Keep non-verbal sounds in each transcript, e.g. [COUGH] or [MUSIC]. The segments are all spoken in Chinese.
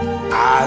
I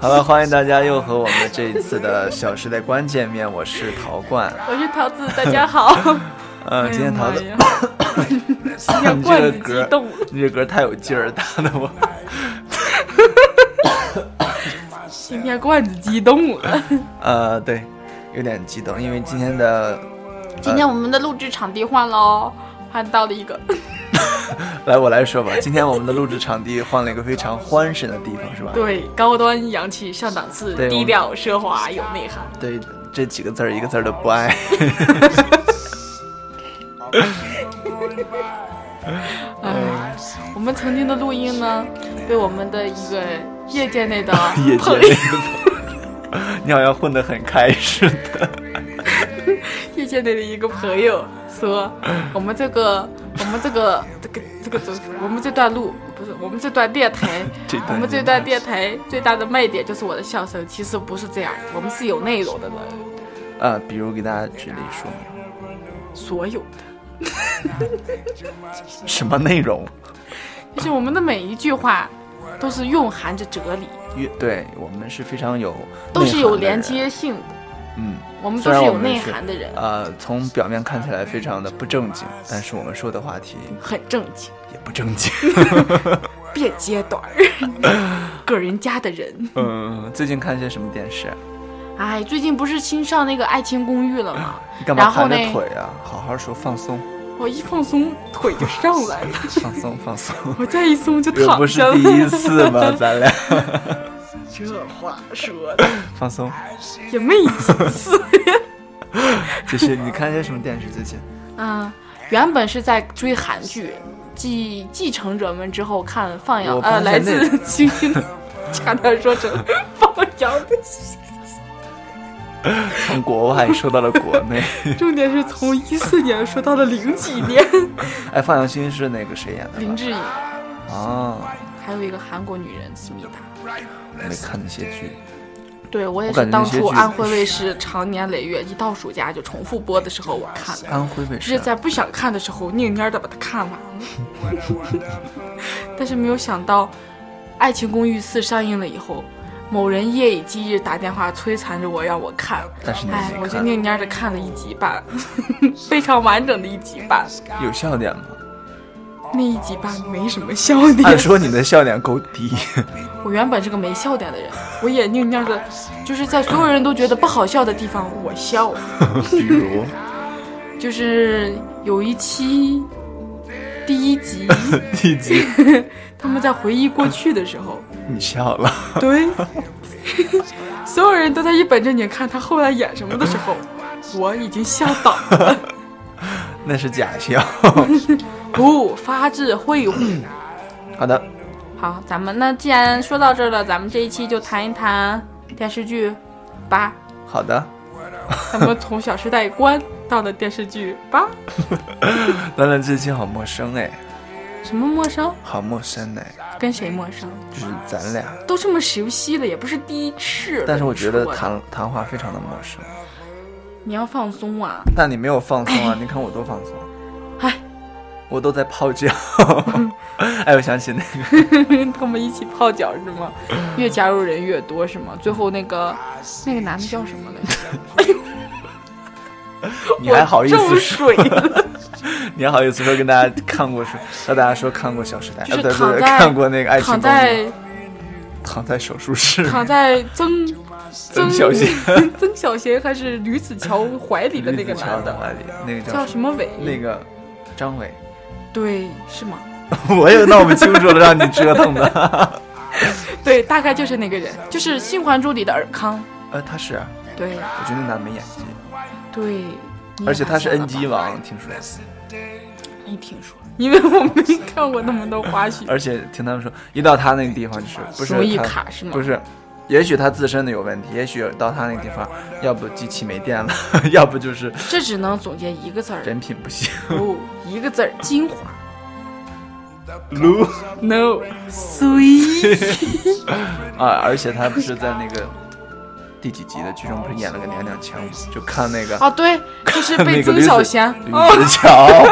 好了，欢迎大家又和我们这一次的《小时代观》见面，我是陶罐。我是桃子，大家好。呃，今天桃子，哎呀你罐 [LAUGHS] 这个子激歌动了，你这歌太有劲儿，打的我。今天罐子激动了。呃，对，有点激动，因为今天的今天我们的录制场地换了哦，换到了一个，来我来说吧， [LAUGHS] 今天我们的录制场地换了一个非常欢神的地方，是吧？对，高端洋气上档次对，低我调奢华有内涵。对，这几个字儿一个字儿都不 [LAUGHS] 爱。我们曾经的录音呢，被我们的一个业界内 [LAUGHS] 的业界朋那个，你好像混得 [LAUGHS] 很开似的。 [LAUGHS] 业界内的一个朋友说，我们这 [LAUGHS] 个，我们这个，这个，这个，这个，我们这段路不是，我们这段电台 [LAUGHS] 这段，我们这段电台最大的卖点就是我的笑声，其实不是这样，我们是有内容的呢，啊，比如给大家举例说明所有的。什么内容？就是我们的每一句话都是蕴含着哲理，乐对我们是非常有嗯都是有内涵连的人。接性的，嗯，我们虽都然是我有们内是涵的人，呃，从表面看起来非常的不正经，但是我们说的话题很正经，也不正 [LAUGHS] 经。别揭短儿， [LAUGHS] 个人家的人。嗯，最近看些什么电视？啊哎，最近不是新上那个《爱情公寓》了吗？ [LAUGHS] 你干嘛然后盘呢着，腿啊？好好说，放松，我一放松腿就上来了， [LAUGHS] 放松，放 [LAUGHS] 松。我再一松就又不躺是下了。第一次吧，咱俩 [LAUGHS] 这话说的放松。也没几次。就是你看些什么电视最近？ [LAUGHS] 嗯，原本是在追韩剧。继《继承者们》之后看《放羊我》，呃，发现来那自星星的， [LAUGHS] 差点说成《放羊的从国外说到了国内。 [LAUGHS] 重点是从一四年说到了零几 [LAUGHS] 年，哎，范晓萱是那个谁演的吧？林志颖，啊，还有一个韩国女人思密达。我没看那些剧。对我也我感是觉当那些初剧安徽卫视常年累月一到暑假就重复播的时候我看的，安徽卫只视是啊，在不想看的时候蔫蔫的把它看完了。 [LAUGHS] 但是没有想到，《爱情公寓四》上映了以后，某人夜以继日打电话摧残着我让我看，但是你也哎，没我就看，蔫蔫的看了一集半， [LAUGHS] 非常完整的一集半。啊有笑点 [LAUGHS] 吗？那一集半没什么笑点，按说你的笑点够低，我原本是个没笑点的人，我也蔫蔫的，就是在所有人都觉得不好笑的地方，我笑了。比 [LAUGHS] 如就是有一期第一集，第一集他们在回忆过去的时候，你笑了， [LAUGHS] 对， [LAUGHS] 所有人都在一本正经看他后来演什么的时 [LAUGHS] 候，我已经笑倒 [LAUGHS] 了，那是假 [LAUGHS] 笑。不发自肺腑。好的，好，咱们那既然说到这儿了，咱们这一期就谈一谈电视剧吧。好的，咱们从《小时代》观到的电视剧吧，咱俩这期好陌生哎，什么陌生？好陌生哎，跟谁陌生？就是咱俩。都这么熟悉了，也不是第一次了。但是我觉得说的谈谈话非常的陌生，你要放松啊，但你没有放松啊！你看我多放松，哎，我都在泡脚。嗯 [LAUGHS] 哎，我想起那 [LAUGHS] 个跟我们一起泡脚是 [LAUGHS] 吗？越加入人越多是吗？最后那个那个男的叫什么来着？ [LAUGHS] 你还好意思我中说？水了，你还好意思说跟大家看过说，让大家说看过《小时代》呃，就 [LAUGHS] 是对对躺对，在看过那个《爱情躺公寓》，在躺在手术室，躺在曾 [LAUGHS] 曾小贤曾小贤还是吕子乔怀里的那个男的怀里，那个叫叫什么伟？那个张伟， [LAUGHS] 对是吗？我也闹不清楚了，让你折腾的。 [LAUGHS] 对，大概就是那个人，就是《新还珠》里的尔康。呃，他是，对我觉得那男没演技，对，你也而且他是发现了 NG 吧王，听说，一听说，因为我没看过那么多花絮， [LAUGHS] 而且听他们说，一到他那个地方就是不是容易他卡是吗不是，也许他自身的有问题，也许到他那个地方，要不机器没电了， [LAUGHS] 要不就是这只能总结一个字儿，人品不行。不，一个字儿精华。撸 No，以啊！而且他不是在那个第几集的剧中不是演了个娘娘腔吗？就看那个 [LAUGHS] 啊，对，就是被那个曾吕小子贤，吕哦，子乔。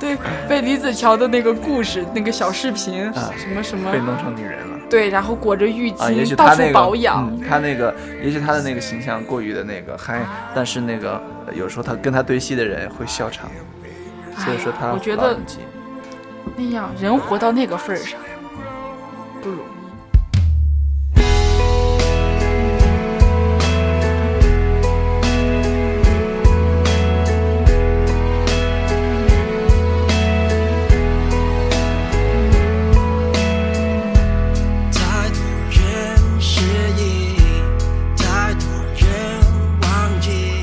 对，被李子乔的那个故事，那个小视频，啊什么什 [LAUGHS] 么被，弄成女人了对，然后裹着浴啊！也巾、许到他处那个，保养，嗯，他那个，也许他的那个形象过于的那个嗨，但是那个呃有时候他跟他对戏的人会笑场，嗯所以说他哎啊我觉老得年纪那样人活到那个份儿上不容易。太多人失忆，太多人忘记，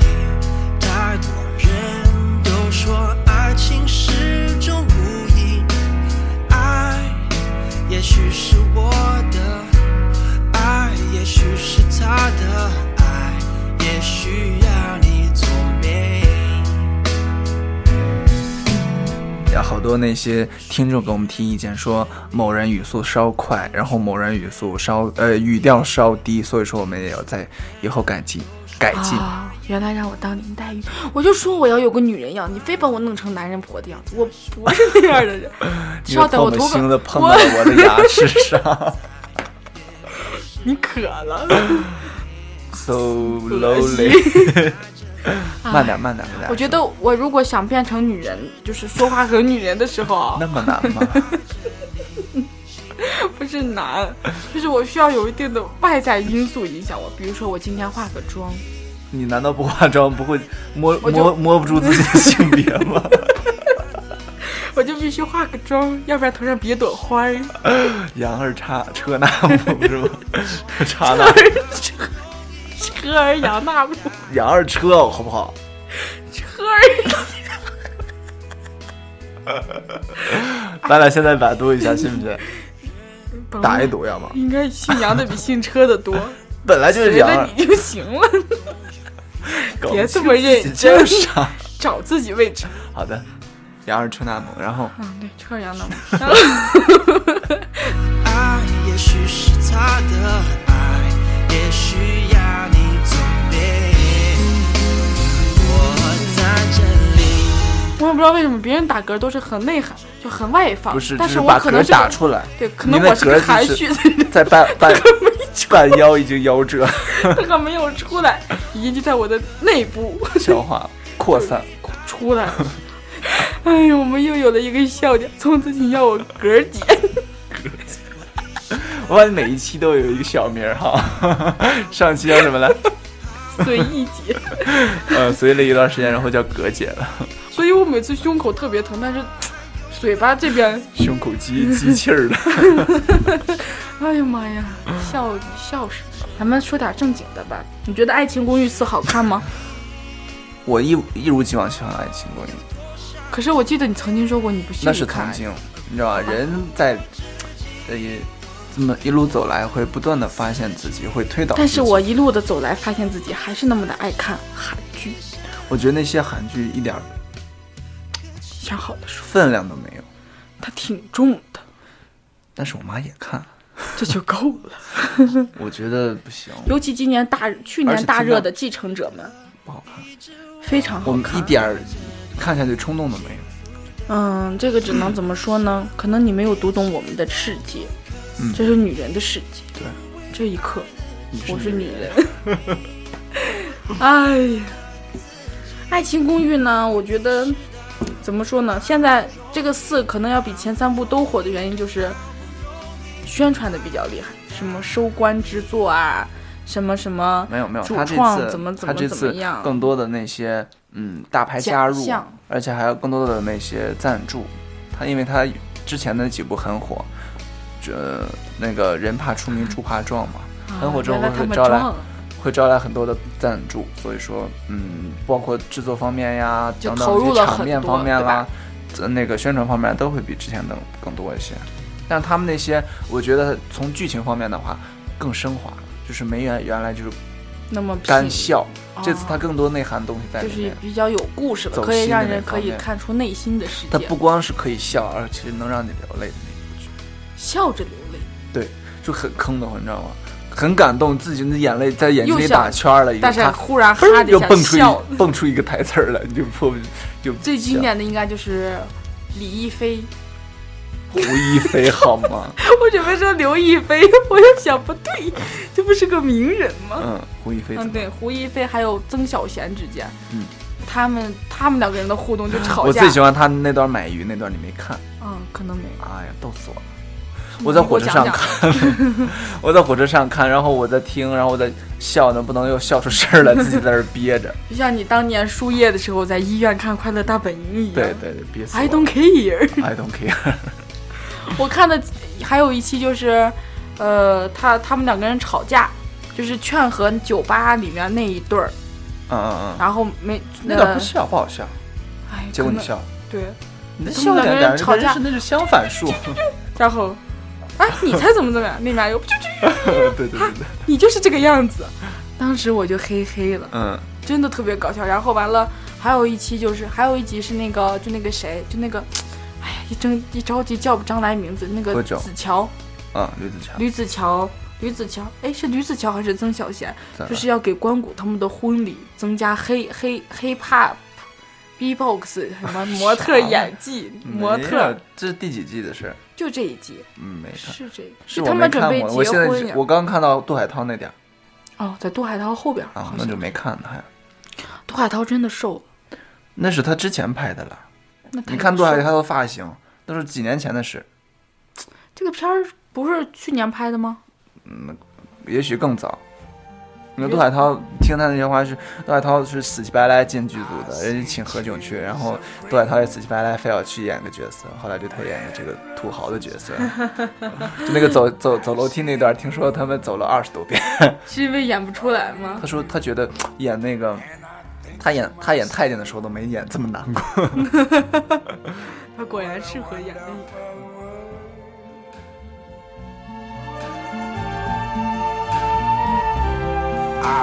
太多人都说爱情是种无意，爱也许是我的，爱也许是他的，爱也需要你做媒。呀，好多那些听众给我们提意见说，某人语速稍快，然后某人语速稍呃语调稍低，所以说我们也要在以后改进改进。啊，原来让我当林黛玉，我就说我要有个女人样，你非把我弄成男人婆的样子，我不是那样的 [LAUGHS] 人。你稍等，我的涂唾沫星个子碰 [LAUGHS] 到了我的牙齿上你渴了， [LAUGHS] ，so 恶 lowly。慢点，慢点，慢点。我觉得我如果想变成女人，就是说话很女人的时候啊那，么难吗？不是难，就是我需要有一定的外在因素影响我，比如说我今天化个妆，你难道不化妆不会摸我就摸摸不住自己的性别 [LAUGHS] 吗？我就必须化个妆，要不然头上别朵花儿。羊儿叉车那不是 [LAUGHS] 吗？叉那车儿杨大木，羊儿车好不好？车儿咱俩现在百度一下信不嗯信？本打一赌要吗？嗯应该姓杨的比姓车的多，本来 [LAUGHS] 就是啊觉羊得儿，你就行了，搞别不这清么认自己真叫啥？找自己位置。好的，羊儿车那姆，然后嗯，对，车儿杨大木。爱也许是他的，爱也需要你作陪。我在这里。我也不知道为什么别人打嗝都是很内涵，就很外放，不是，嗯但就是我把可嗝能是打个出来，对，可您能的我是嗝个就含是蓄的人，在 [LAUGHS] 半半半腰已经夭折，他还没有出来，已经就在我的内部消化扩散。出来 [LAUGHS] 了。哎呦，我们又有了一个笑点，从此请叫我嗝儿姐。我把每一期都有一个小名儿哈， [LAUGHS] 上期叫什么来？ [LAUGHS] 随意姐，呃，随了一段时间，然后叫葛姐了，所以我每次胸口特别疼，但是嘴巴这边，胸口积积气 [LAUGHS] 儿了。哎呀妈呀，笑笑死！咱们说点正经的吧。你觉得《爱情公寓四》好看 [LAUGHS] 吗？我一一如既往喜欢《爱情公寓》，可是我记得你曾经说过你不喜那欢是看曾经，你知道吧？人在呃也这么一路走来，会不断的发现自己，会推倒自己。但是我一路的走来，发现自己还是那么的爱看韩剧。我觉得那些韩剧一点儿想好的说，分量都没有，它挺重的，但是我妈也看，这就够了。我觉得不行，尤其今年大去而年且大听热到的《继承者们不好看，》非常我好们看。一点儿看下去冲动都没有。嗯，这个只能怎么说呢？ [LAUGHS] 可能你没有读懂我们的世界，嗯这是女人的世界。对，这一刻你我是是女人。 [LAUGHS] 哎呀，《爱情公寓》呢？我觉得怎么说呢？现在这个四可能要比前三部都火的原因就是宣传的比较厉害，什么收官之作啊，什么什么没有没有，主他这创次怎么怎他么这怎么次样？更多的那些嗯大牌奖加入项，而且还有更多的那些赞助。他因为他之前的几部很火，这那个人怕出嗯名猪怕壮嘛，很火之后啊原来他会们招来撞了会招来很多的赞助，所以说嗯，包括制作方面呀，就等投等入一了些很场面多方面对吧啦，呃那个宣传方面都会比之前的更多一些。但他们那些，我觉得从剧情方面的话，更升华了，就是没原原来就是那么屁干笑，这次哦它更多内涵的东西在就里是面。比较有故事了，走可以心让的人那可方以面看出内心的世它界不，光是可以笑，而且能让你流泪的那笑着流泪。种，对，就很坑的，你知道吗？很感动，自己的眼泪在眼睛又里笑打圈儿了，已经但是它忽 [LAUGHS] 然哈嘣儿的就一下蹦出 [LAUGHS] 笑了。一蹦出一个台词儿来，你就迫不就最经笑典的应该就是李亦菲，胡一菲好 [LAUGHS] 吗？我准备说刘亦菲， [LAUGHS] 我又想不对，这不是个名人吗？嗯，胡一菲怎嗯，么？对，胡一菲还有曾小贤之间，嗯他们他们两个人的互 [LAUGHS] 动就吵我架，最喜欢他那段买鱼那段，你没看？嗯，可能没有。哎呀，逗死我了！我在火车上嗯你给我讲讲看，我在火车上看，然后我在听，然后我在笑呢，不能又笑出声 [LAUGHS] 儿来，自己在那儿憋着。就像你当年输液的时候在医院看《快乐大本营》一样。对对对，憋死我 I 了 don't care。 I don't care。我看的还有一期就是，呃，他他们两个人吵架，就是劝和酒吧里面那一对儿，嗯嗯嗯，然后没那段不笑不好笑，哎，结果你可能笑，对，你的他们笑两个点人感觉吵架是那是相反数。然后，哎，你猜怎么怎么样？那边又就就 [LAUGHS] 对对对对，你就是这个样子。当时我就嘿嘿了，嗯真的特别搞笑。然后完了，还有一期就是，还有一集是那个，就那个谁，就那个，哎呀，一争一着急叫不上来名字，那何个炅子乔，嗯，吕子强吕子乔，吕子乔，哎，是吕子乔还是曾小贤？在哪就是要给关谷他们的婚礼增加黑黑黑 hop、B-box [LAUGHS] 什么模特演技，模嗯没特了，这是第几季的事儿？就这一集嗯，没看。是这个，是就我他没们准看备过，我结现在婚只呀。我刚看到杜海涛那点儿哦，在杜海涛后边儿啊好，那像就没看他呀。杜海涛真的瘦了。那是他之前拍的了。那他你看也杜海瘦涛的发型，那是几年前的事，这个片儿不是去年拍的吗？也许更早。你说也杜海涛，听他那些话是，杜海涛是死乞白赖进剧组的，人家请何炅去，然后杜海涛也死乞白赖非要去演个角色，后来就他演一个这个土豪的角色，就那个走走走楼梯那段，听说他们走了二十多遍。 [LAUGHS] 是因为演不出来吗他？说他觉得演那个，他演他演太监的时候都没演这么难过。他果然适合演那个。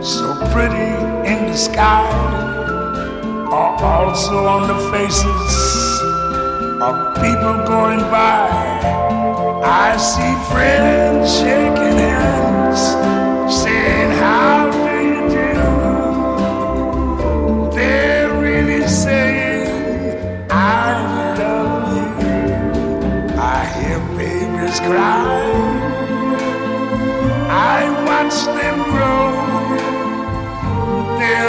so pretty in the sky, are also on the faces of people going by. I see friends shaking hands, saying, How do you do? They're really saying, I love you. I hear babies cry. I watch them grow. They